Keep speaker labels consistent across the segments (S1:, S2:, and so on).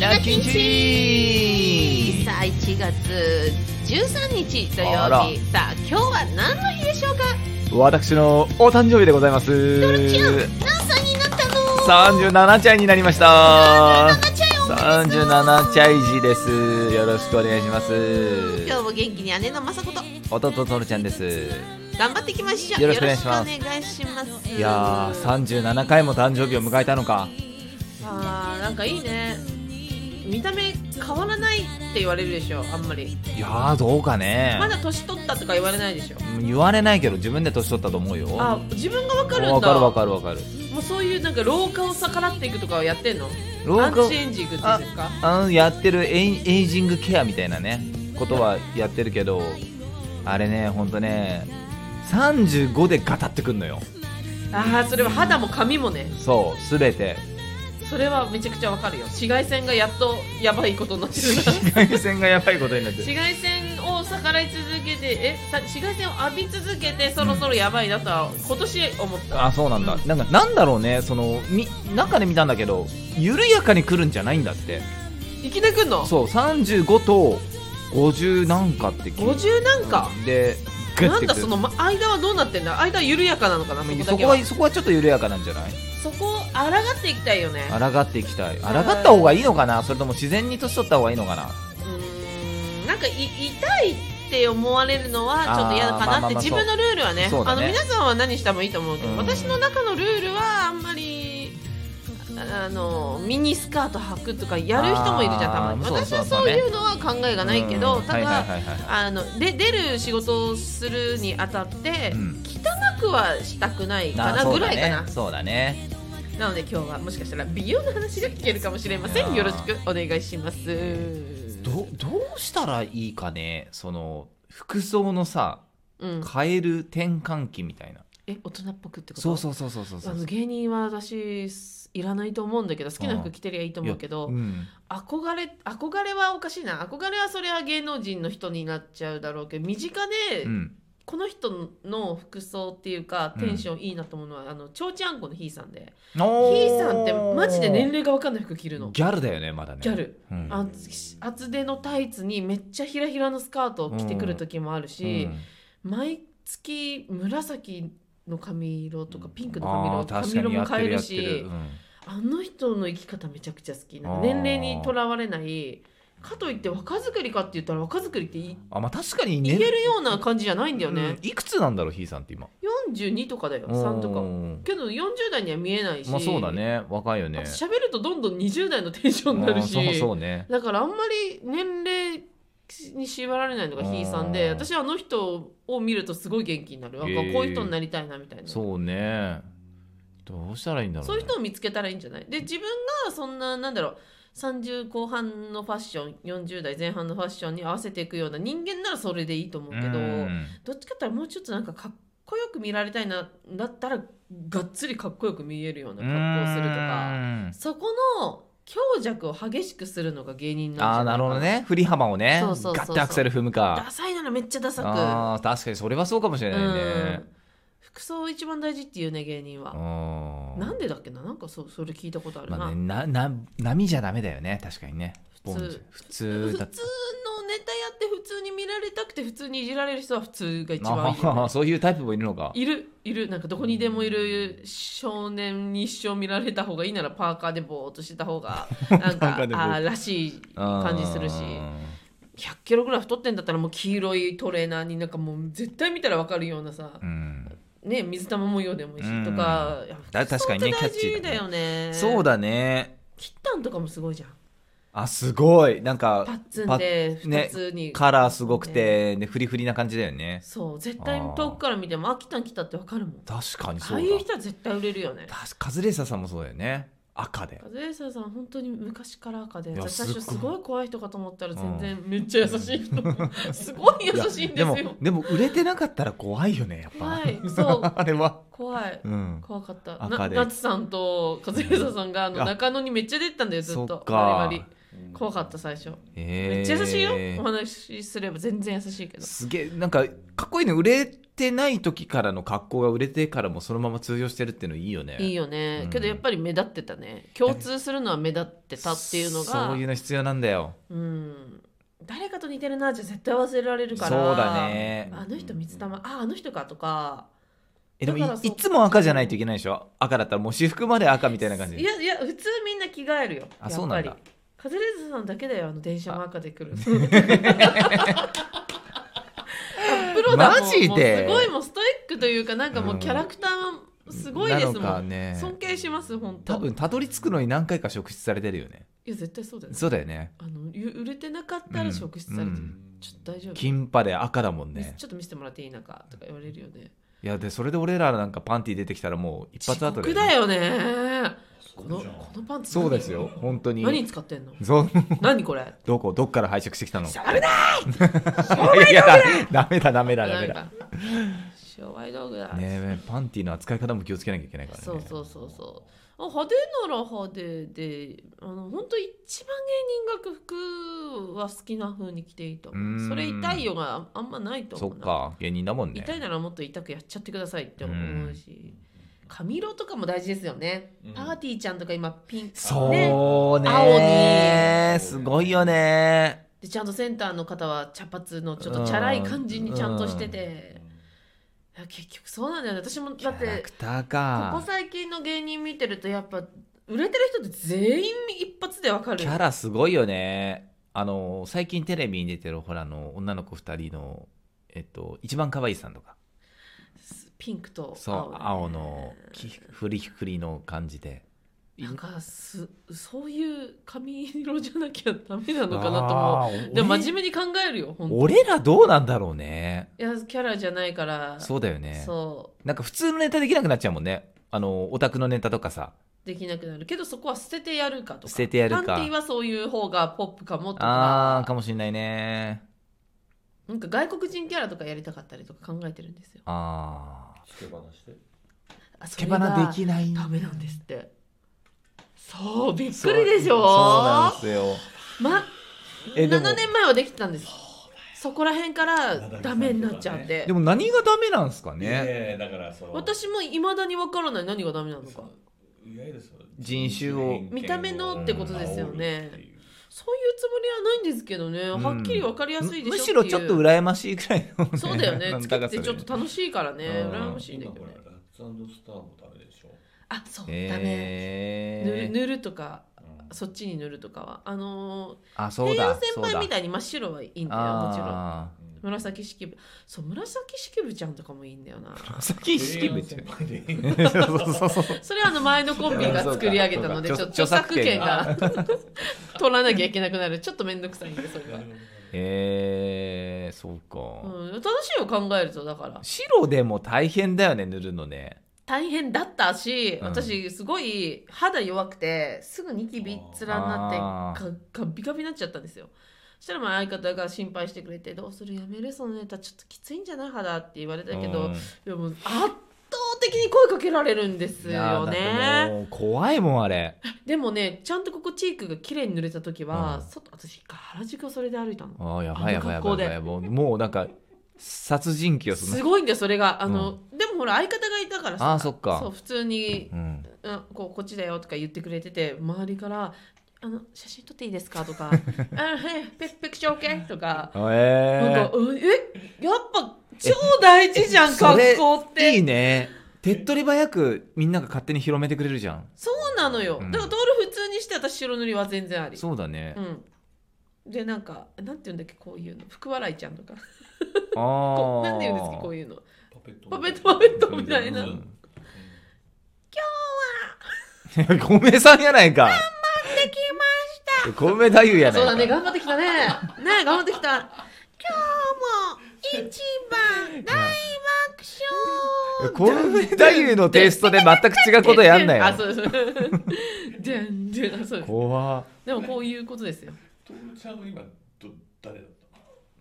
S1: ナキンチー
S2: さあ1月13日土
S1: あ
S2: 曜
S1: ら
S2: 日さあ今日は何の日でしょうか
S1: 私のお誕生日でございます
S2: ドラちゃん何歳になったの
S1: 37チャイになりました
S2: 37ちゃいおめでとう
S1: 37チャイジですよろしくお願いします
S2: 今日も元気に姉の雅子と
S1: 弟とるちゃんです
S2: 頑張っていきましょう
S1: よろしくお願いします
S2: よろしくお願いします
S1: いやー37回も誕生日を迎えたのか
S2: あーなんかいいね見た目変わらないって言われるでしょあんまり
S1: いやーどうかね
S2: まだ年取ったとか言われないでしょ
S1: 言われないけど自分で年取ったと思うよ
S2: あ自分がわかるんだ
S1: わかるわかるわかる
S2: もうそういうなんか老化を逆らっていくとかはやってんの
S1: 老化
S2: アンチエンジングっていうんですか
S1: あのやってるエイエイジングケアみたいなねことはやってるけどあれねほんとね35でガタってくんのよ
S2: ああーそれは肌も髪もね
S1: そうすべて
S2: それはめちゃくちゃわかるよ紫外線がやっとやばいことになってるな
S1: 紫 外線がやばいことになってる
S2: 紫外線を逆らい続けてえさ紫外線を浴び続けてそろそろやばいなとは今年思った
S1: あそうなんだ
S2: うん
S1: なんかなんだろうねそのみ中で見たんだけど緩やかに来るんじゃないんだって
S2: いきなり来んの
S1: そう35と50なんかって聞い
S2: 50なんか、
S1: でグッ
S2: な
S1: てく
S2: んだ
S1: る
S2: そのま間はどうなってんだ間は緩やかなのかなそこ
S1: そ
S2: だけ
S1: こ
S2: は
S1: はそこはちょっと緩やかなんじゃない
S2: そこを抗っていきたいよね
S1: 抗っていきたい抗った方がいいのかなそれとも自然に年取った方がいいのかな
S2: うーんなんかい痛いって思われるのはちょっと嫌か
S1: あーまあまあ
S2: なって
S1: まあ
S2: 自分のルールはね
S1: そうだ
S2: あ
S1: ね
S2: の皆さんは何してもいいと思うけ
S1: う
S2: ど
S1: ん
S2: 私の中のルールはあんまりああのミニスカート履くとかやる人もいるじゃんたま
S1: あー
S2: に
S1: そう
S2: 私
S1: そう
S2: は
S1: そう
S2: そういうのは考えがないけど
S1: うん
S2: た
S1: はい
S2: だ
S1: はいはいはい
S2: あので出る仕事をするにあたって
S1: うん
S2: 汚くはしたくないかなぐらいかな
S1: そうだね
S2: なので今日はもしかしたら美容の話が聞けるかもしれませ
S1: いや
S2: ん
S1: ー
S2: よろしくお願いします
S1: そうだねどどうしたらいいかねその服装のさ
S2: うん
S1: 変える転換期みたいな
S2: え大人っぽくってこと
S1: そうそうそうそうそうそう
S2: あの芸人は私いらないと思うんだけど好きな服着てりゃいいと思うけど、
S1: うん、
S2: 憧れ憧れはおかしいな憧れはそれは芸能人の人になっちゃうだろうけど身近で
S1: うん、
S2: この人の服装っていうか
S1: うん
S2: テンションいいなと思うのは、あのちょうちあんこのひーさんで
S1: ひ
S2: ひーさんってマジで年齢が分かんない服着るの
S1: ギャルだよねまだね
S2: ギャル、
S1: うん、
S2: あ厚手のタイツにめっちゃひらひらのスカートを着てくる時もある
S1: うん
S2: し、毎月紫の髪色とかピンクの髪
S1: あ
S2: 色
S1: ー確か
S2: 髪色
S1: にや
S2: も
S1: って
S2: 変え
S1: るや
S2: る
S1: ってる
S2: し
S1: うん
S2: あの人の生き方めちゃくちゃ好きなんか
S1: あー
S2: 年齢にとらわれないかといって若作りかって言ったら若作りってい
S1: あまあ確かに
S2: い
S1: ね
S2: けるような感じじゃないんだよね、
S1: うんいくつなんだろうひーさんって今
S2: 42とかだよ3と
S1: う
S2: か
S1: ん
S2: けど40代には見えないし、
S1: まあそうだね若いよね
S2: あと喋るとどんどん20代のテンションになるし
S1: あーそうそうね
S2: だからあんまり年齢に縛られないのがひいさんで
S1: あー
S2: 私はあの人を見るとすごい元気になるなんか
S1: へー
S2: こういう人になりたいなみたいな、
S1: そうねどうしたらいいんだろう、
S2: そういう人を見つけたらいいんじゃないで自分がそんななんだろう30後半のファッション40代前半のファッションに合わせていくような人間ならそれでいいと思うけど、
S1: うん
S2: どっちかって言ったらもうちょっとなんかかっこよく見られたいなだったらがっつりかっこよく見えるような格好をすると
S1: う
S2: か
S1: ん
S2: そこの強弱を激しくするのが芸人
S1: あ
S2: な
S1: あ
S2: んじ
S1: ないる
S2: ゃなか
S1: ほどね振り幅をね
S2: そうそうそうそ
S1: ガッ
S2: う
S1: てアクセル踏むか
S2: ダサいならめっちゃダサ
S1: あー確かにそれはそうかもし
S2: く、
S1: れないね
S2: うん服装一番大事っていうね芸人は、
S1: うん
S2: なんでだっけななんかそそれ聞いたことあるな、
S1: まあねなな波じゃダメだよね確かにね
S2: 普通
S1: 普
S2: 普
S1: 通
S2: 通の
S1: だ
S2: ネタやって普通に見られたくて普通にいじられる人は普通が一番いいよ
S1: あ
S2: ね、
S1: ーそういうタイプもいるのか
S2: いるいるなんかどこにでもいる少年に一生見られた方がいいならパーカーでぼーっとしてた 方がなん
S1: パー
S2: か
S1: カーでぼーっと
S2: あーらしい感
S1: 感
S2: じするし100キロぐらい太ってんだったらもう黄色いトレーナーになんかもう絶対見たら分かるようなさ
S1: うん
S2: ね、水玉模様でもいいし、
S1: うん
S2: とか、いや
S1: だ確かにね
S2: 服装って
S1: キャッチー
S2: 大事
S1: だ
S2: だ
S1: ね
S2: よね。
S1: そう。だね
S2: キッタンとかもすごいじゃん。
S1: あすごいなんか
S2: パッツンで
S1: パね
S2: 普通に。
S1: カラーすごくて、ね、フリフリな感じだよね
S2: そう、絶対遠くから見ても、あ、キッタン来たってわかるもん。
S1: 確かにそ
S2: ああ
S1: う
S2: いう
S1: だ
S2: 人は絶対売れるよね。
S1: 確かカズレーサーさんもそうだよね赤で
S2: カズレーサーさん、本当に昔から赤で、
S1: いや
S2: 私最初
S1: すごい
S2: すごい怖い人かと思ったら、全然めっちゃ優しい人。 すごい優しいんで
S1: い
S2: す
S1: や
S2: よ。
S1: でもでも売れてなかったら怖いよねやっぱ
S2: 怖いそう
S1: あれは
S2: 怖い。
S1: うん
S2: 怖かった。
S1: 赤
S2: な
S1: で
S2: 夏さんとカズレーザーさんがあの
S1: あ
S2: 中野にめっちゃ出てたんだよ、ずっ
S1: そ
S2: と
S1: っ。か
S2: バリバリ怖かった最初
S1: えー
S2: めっちゃ優しいよ、お話しすれば全然優しいけど
S1: すげえなんかかっこいいね売れてない時からの格好が売れてからもそのまま通用してるっていうのいいよね
S2: いい
S1: よ
S2: よね、
S1: うん
S2: けどやっぱり目立ってたね共通するのは目立ってたっていうのが
S1: そういうの必要なんだよ
S2: うん誰かと似てるなじゃ絶対忘れられるから
S1: そうだね
S2: あの人水玉ああの人かとか
S1: えでもい
S2: だからそう
S1: いつも赤じゃないといけないでしょ赤だったらもう私服まで赤みたいな感じ
S2: いやいや普通みんな着替えるよ
S1: あそうなんだ
S2: やっぱりカズレーザーさんだけだよあの電車も赤で来 るプロだもん
S1: マジで
S2: もうすごいもうストイックというかなんかもうキャラクターすごいですも
S1: なのか
S2: ん、
S1: ね
S2: 尊敬します本当
S1: 多分たどり着くのに何回か職質されてるよね
S2: いや絶対そうだよね
S1: そうだよね
S2: あのゆ売れてなかったら職質されてる、
S1: うん
S2: ちょっと大丈夫
S1: 金パで赤だもん
S2: み
S1: ね
S2: ちょっと見せてもらっていいなかとか言われるよね
S1: いやでそれで俺らなんかパンティー出てきたらもう一発後
S2: 地獄
S1: で、
S2: だよねこの
S3: そうじゃん
S2: このパンツ
S1: そうですよ本当に
S2: 何使ってんの
S1: そう
S2: 何これ
S1: どこどっから拝借してきたの
S2: 触るない
S1: やダメ だダメだダメだ
S2: か商売道具だ、
S1: ねえパンティーの扱い方も気をつけなきゃいけないからね
S2: そうそうそうそうあ派手なら派手であの本当一番芸人が服は好きな風に着ていいと思う
S1: うーん
S2: それ痛いよがああんまないと
S1: そ
S2: 思う
S1: っ
S2: な
S1: か芸人だもんね
S2: 痛いならもっと痛くやっちゃってくださいって思うし髪色とかも大事ですよね、
S3: うん
S2: パーティーちゃんとか今ピンク
S1: そうね
S2: 青
S3: に
S1: すごいよね
S2: でちゃんとセンターの方は茶髪のちょっとチャラい感じにちゃんとしてて、いや結局そうなんだよね私も
S1: キ
S2: だっ
S1: ャラ
S2: て
S1: クター
S2: ここ
S1: か
S2: 最近の芸人見てるとやっぱ売れてる人って全員一発でわかる
S1: キャラすごいよねあの最近テレビに出てるほらあの女の子2人のえっと一番可愛いさんとか
S2: ピンクと
S1: そう青のきフリフリの感じで
S2: なんかすそういう髪色じゃなきゃダメなのかなと思
S1: あー
S2: うでも
S1: 俺
S2: 真面目に考えるよ本当い
S1: 俺らどうなんだろうね
S2: やキャラじゃないから
S1: そうだよね
S2: そ
S1: なんか普通のネタできなくなっちゃうもんねあのオタクのネタとかさ
S2: うできなくなるけどそこは捨ててやるかとか
S1: 捨ててやるか
S2: パンティはそういう方がポップかもと
S1: あ
S2: か
S1: ーかもしんないね
S2: なんか外国人キャラとかやりたかったりとか考えてるんですよ
S1: ああ
S3: つけ話して
S2: あそ
S1: け
S2: れ
S1: ば
S2: が
S1: なできないんだ
S2: ダメなんですってそうびっ
S1: そ
S2: く
S1: う
S2: りでしょ
S1: そうなんですよ
S2: ま、
S1: えでも
S2: 7年前はできてたんですそこら辺からダメになっちゃって、
S1: でも何がダメなんですかね
S3: ねえだからそう
S2: 私もいまだにわからない何がダメなのか
S3: いわゆるその
S1: 人種を
S3: 偏見
S2: 見た目の
S1: ってこと
S2: ですよね
S3: 煽るって
S2: そう
S3: いう
S2: いうつもりはないんですけどね、
S1: ん
S2: はっきりわかりやすいでしょ
S1: むしろちょっと
S2: ら
S1: 羨ましいくらいの、ね、
S2: そうだよね
S1: なん
S2: つ
S1: だ
S2: け
S1: かそ
S2: て
S1: れ
S2: ちょっと楽しいからね
S1: うん
S2: 羨ましいんだ
S3: 今
S2: けど
S3: ほ
S2: ね
S3: らラッツスターもダメでしょ
S2: あそうだね、
S1: へ
S2: 塗る
S1: え
S2: 塗るとか
S3: うん
S2: そっちに塗るとかはあの
S1: あ
S2: ー、
S1: そうだ
S2: 西洋
S1: そう
S2: 先
S1: だ
S2: 輩みたいに真っ白はいいんだよもちろん
S1: あ
S3: うん
S2: 紫式部そう紫式部ちゃんとかもいいんだ よな
S1: ー紫式部ちゃん
S3: 西洋先輩でいい
S1: そうそうそうそう
S2: それはあの前のコンビが作り上げたので
S1: そう
S2: ち
S1: か
S2: ょ
S1: そう
S2: 著
S1: か
S2: 作権が 取らなきゃいけなくなるちょっと面倒くさいんでそれが、
S1: へえそうか、
S2: うん、楽しいよ考えるとだから
S1: 白でも大変だよね塗るのね
S2: 大変だったし
S1: うん
S2: 私すごい肌弱くてすぐニキビ面にな
S1: あ
S2: って
S1: ー
S2: かかビカビになっちゃったんですよそしたらまあ相方が心配してくれて「どうするやめるそのネタちょっときついんじゃない肌」って言われたけど、
S1: うん
S2: いやもう圧倒的に声かけられるんです
S1: いや
S2: よ
S1: ー
S2: ね。
S1: だってもう怖いもんあれ
S2: でもねちゃんとここチークが綺麗に塗れた時は、
S1: うん
S2: 外私一回原宿をそれで歩いたの
S1: ああやばいやばいやばいやばい
S2: あ
S1: もうもうなんか殺人鬼をその
S2: すごいんだよそれがあの、でもほら相方がいたからさ
S1: あーそっか
S2: そう普通に
S1: うん、
S2: 「うん、こうこっちだよ」とか言ってくれてて周りから「あの写真撮っていいです か?」とか「あはいペクペクション OK」とか。なん
S1: え
S2: かうんえやっぱ超大事じゃ
S1: え
S2: ん
S1: それ
S2: 格好っ
S1: え
S2: て
S1: いいね手っ取り早くみんなが勝手に広めてくれるじゃん
S2: そうなのよ、
S1: うん
S2: だからドール普通にして私白塗りは全然あり
S1: そうだね
S2: う、んでなんかなんて言うんだっけこういうの福笑いちゃんとかこ
S1: ああ
S2: なんて言うんですかこういうの
S3: パペット
S2: パペットパペットみたいな
S3: うん
S1: 小 梅さんやないか
S2: でき
S1: 小梅太夫やないか
S2: まそうだね頑張ってきた ねねえ頑張ってきた今日も一番大爆笑
S1: 小梅太夫のテイストで全く違うことやんなよ
S2: あそうそうじゃんじゃんあそうです
S1: 怖
S2: でもこういうことですよ
S3: トールちゃんは今ど誰だっ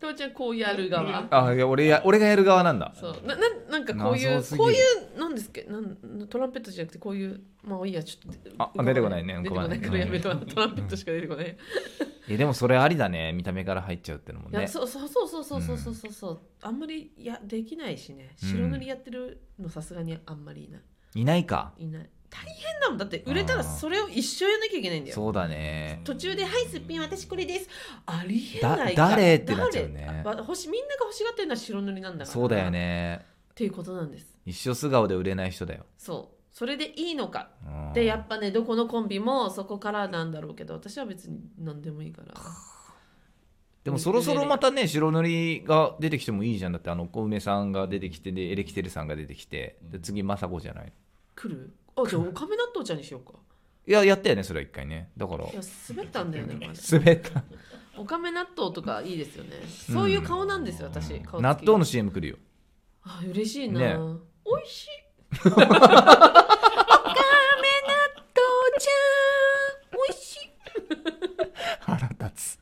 S2: 父ちゃんこうやる側
S1: あいや俺や俺がやる側なんだ
S2: そうなななんかこういう
S1: 謎すぎる
S2: こういうなんですっけなんトランペットじゃなくてこういうまあいいやちょっと
S1: あ出てこないね
S2: 出てこない
S1: ごめ
S2: けど
S1: ん
S2: やめてトランペットしか出てこない
S1: いやでもそれありだね見た目から入っちゃうってのも
S2: いや
S1: ね
S2: そうそうそうそうそうそうそうそうそうあんまりやできないしね白塗りやってるのさすがにあんまりいない
S1: いないか
S2: いない大変だもんだって売れたらそれを一生やんなきゃいけないんだよ
S1: そうだね
S2: 途中で「はいすっぴん私これです」ありえない
S1: だ
S2: から
S1: 誰ってなっちゃうね
S2: 誰あまあ欲しみんなが欲しがってるのは白塗りなんだから
S1: そうだよね
S2: っていうことなんです
S1: 一生素顔で売れない人だよ
S2: そうそれでいいのか
S1: うん
S2: でやっぱねどこのコンビもそこからなんだろうけど私は別に何でもいいから
S1: でもそろそろまたね白塗りが出てきてもいいじゃんだってあの小梅さんが出てきてでエレキテルさんが出てきてで次雅子じゃない
S2: 来るあじゃあおかめ納豆ちゃんにし ようか
S1: いややったよねそれは一回ねだから
S2: いや滑ったんだ よねマジ
S1: 滑った
S2: おかめ納豆とかいいですよねそういう顔なんですよ、私顔つき
S1: 納豆の CM 来るよ
S2: あ嬉しいな、
S1: ね
S2: おい しい
S4: 父ちゃんおいしい
S1: 腹立つ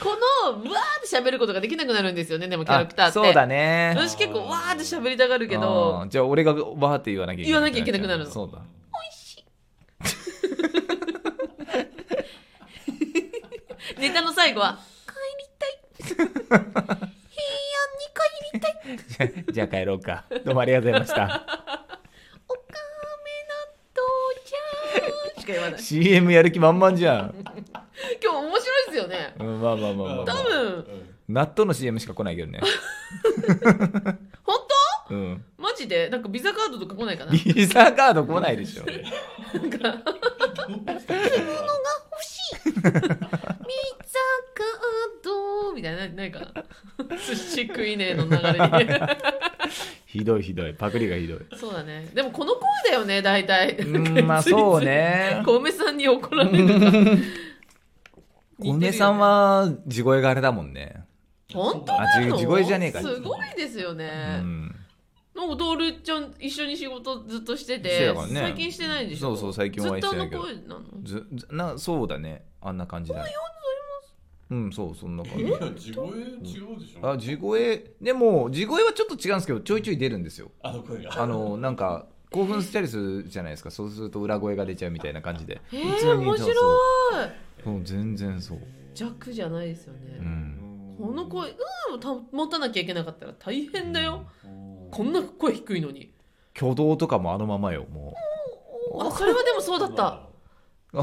S2: このうわーって喋ることができなくなるんですよねでもキャラクターって
S1: そうだね
S2: 私結構わーって喋りたがるけ
S1: あ
S2: ど
S1: ーじゃあ俺がわーって言わなきゃ
S2: 言わなきゃいけなくなるの
S1: そうだ
S2: ネタの最後は
S1: じゃ あじゃあ帰ろうかどうもありがとうございました
S4: 父ち
S2: しか言わない
S1: CM やる気満々じゃん、
S2: 今日面白いですよね
S1: うん、まあまあまあまあ、ま
S2: 多
S1: あ、
S2: 分
S1: 納豆の CM しか来ないけどね
S2: 本
S1: うん
S2: 当マジでなんかビザカードとか来ないかな
S1: ビザカード来ないでしょ
S2: なんか
S4: ゃんザカード
S2: おーみたいなないかな寿司食いねえの流れに
S1: ひどいひどいパクリが ひどい
S2: そうだねでもこの声だよね大体
S1: うんまあそうね
S2: 小梅さんに怒られるから
S1: 小梅さんは地声があれだもんね
S2: 本当
S1: あ
S2: なの
S1: 地声じゃねえか
S2: すごいですよ
S1: う
S2: ね、
S1: ん
S2: なんかドールちゃん一緒に仕事ずっとしてて
S1: してたからね
S2: 最近してないんでしょ
S1: そうそう最近お会いしてないけど
S2: ずっとあの声なの
S1: ずずなそうだねあんな感じだねうんそうそんな感じ
S3: うん。いや、地声違うでしょ。
S1: あ地声でも地声はちょっと違うんですけどちょいちょい出るんですよ
S3: あの声が。
S1: あのなんか興奮したりするじゃないですかそうすると裏声が出ちゃうみたいな感じで
S2: え
S1: 普
S2: ー、
S1: 通に
S2: 面
S1: そうそう
S2: 白い
S1: そう全然そう
S2: 弱じゃないですよ
S1: う
S2: ね、
S1: ん
S2: この声うんた持たなきゃいけなかったら大変だよ、
S3: うん。
S2: こんな声低いのに
S1: 挙動とかもあのままよも
S2: あそれはでもそうだった
S1: う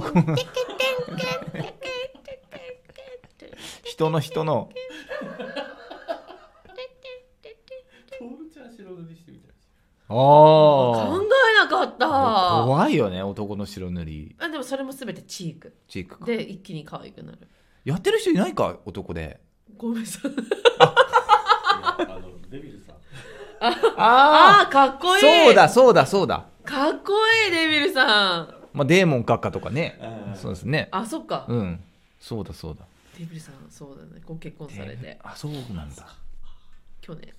S1: 人の人の
S3: トールちゃん白塗りしてみたい
S2: 考
S1: あ
S2: えなかった
S1: あ怖いよね男の白塗り
S2: あでもそれも全てチーク
S1: チークか
S2: で一気に可愛くなる
S1: やってる人いないか男で
S2: ごめんなさい
S3: な。いやあの、デビルさん。
S1: あ
S2: あーかっこいい
S1: そうだそうだそうだ
S2: かっこいいデビルさん
S1: まあデーモン閣下とかね
S3: うん
S1: そうですね
S2: あそっか、
S1: うんそうだそうだ
S2: デビルさんそうだねご結婚されて
S1: あそうなんだ
S2: 去年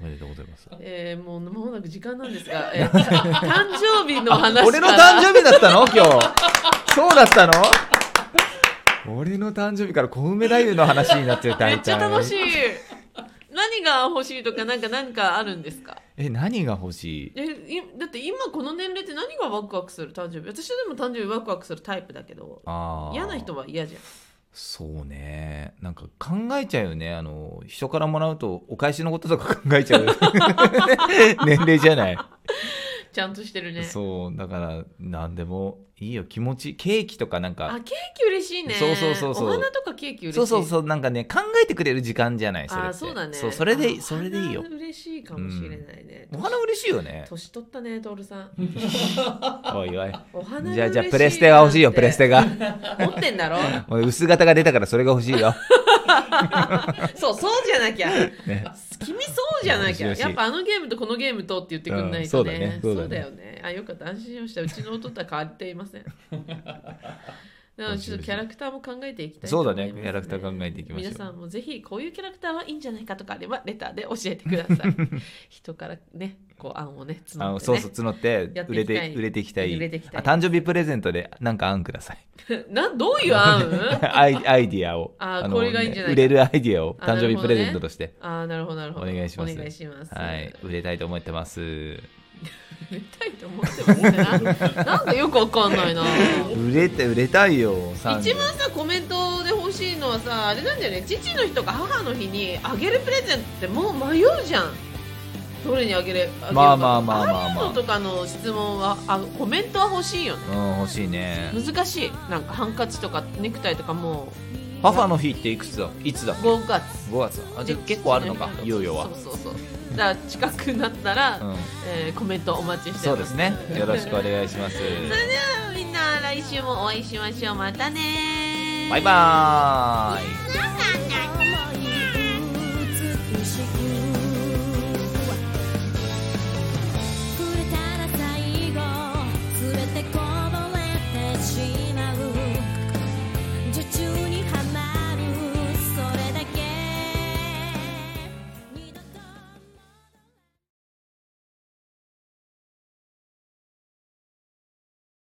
S1: おめでとうございます
S2: えー、もう間もなく時間なんです が、えー誕生日の話から
S1: 俺の誕生日だったの今日。そうだったの俺の誕生日から小梅太夫の話になってる、
S2: め
S1: 大
S2: っちゃ
S1: 体。
S2: 楽しい何が欲しいとかなんか何かあるんですか
S1: え、何が欲しい
S2: えいだって今この年齢って何がワクワクする誕生日私はでも誕生日ワクワクするタイプだけど
S1: ああ。
S2: 嫌な人
S1: は
S2: は嫌じゃん
S1: そうね。なんか考えちゃうよね。あの、人からもらうとお返しのこととか考えちゃう。 年齢じゃない。
S2: ちゃんとしてるね
S1: そう。だから、何でもいいよ。気持ちいい。ケーキとかなん
S2: あ
S1: か。
S2: ケーキ嬉しいね
S1: そうそうそうそう
S2: お花とかケーキ嬉しい
S1: そうそうそう。なんかね、考えてくれる時間じゃない。それって
S2: あそうだね
S1: そう、それでいい、
S2: あ
S1: それでいいよ
S2: お。花嬉しいかもしれないね、
S1: お花嬉しいよね。
S2: 年取ったねトールさん
S1: おいおい。
S2: お花
S1: じゃあ、じゃあ、
S2: 嬉しい
S1: プレステが欲しいよ、プレステが。
S2: 持ってんだろ
S1: もう薄型が出たからそれが欲しいよ。
S2: そうそうじゃなきゃ
S1: ね、
S2: 君そうじゃなきゃ
S1: よしよし
S2: やっぱあのゲームとこのゲームとって言ってくんないとね,、
S1: うんそうだねそうだね
S2: よねあよかった安心しましたうちの弟は変わっていま せんなのでちょっとキャラクターも考えていきたいと思いま
S1: そ
S2: す、
S1: うだねキャラクター考えていきましょう
S2: 皆さ んもぜひこういうキャラクターはいいんじゃないかとかあればレターで教えてください人からねこう案をね募って、
S1: あ
S2: ね、
S1: のそうそう募って
S2: やっていきた
S1: 売れ
S2: い
S1: て売れていきたい
S2: 売れていきたい
S1: あ誕生日プレゼントでなんか案くだ さい
S2: なんどういう 案
S1: アイアイディアを
S2: あー
S1: の
S2: これがいいんじゃない
S1: 売れるアイディアを
S2: あな
S1: 誕
S2: るほ
S1: 生日プ
S2: どね
S1: レゼントとして、
S2: ああなるほどなるほど
S1: お願いします
S2: お願いします
S1: はい売れたいと思ってます
S2: 売れたいと思ってますねななんかよくわかんないな
S1: 売れて売れたいよ
S2: 一番さコメントで欲しいのはさあれなんだよね父の日とか母の日にあげるプレゼントってもう迷うじゃんどれにあげれあげるか
S1: まあまあまあまあまあ
S2: ああいうのとかの質問はあコメントは欲しいよね
S1: うん欲しいね
S2: 難しいなんかハンカチとかネクタイとかも
S1: 母の日っていくつだいつだっけ
S2: 5月
S1: 5月あじゃあ結構あるのかいよいよは
S2: そうそうそうだから近くなったら、
S1: うん
S2: えーコメントお待ちして
S1: そう
S2: ます
S1: ですねよろしくお願いし ます
S2: それではみんな来週もお会いしましょうまたねー
S1: バイバーイ
S4: なんだ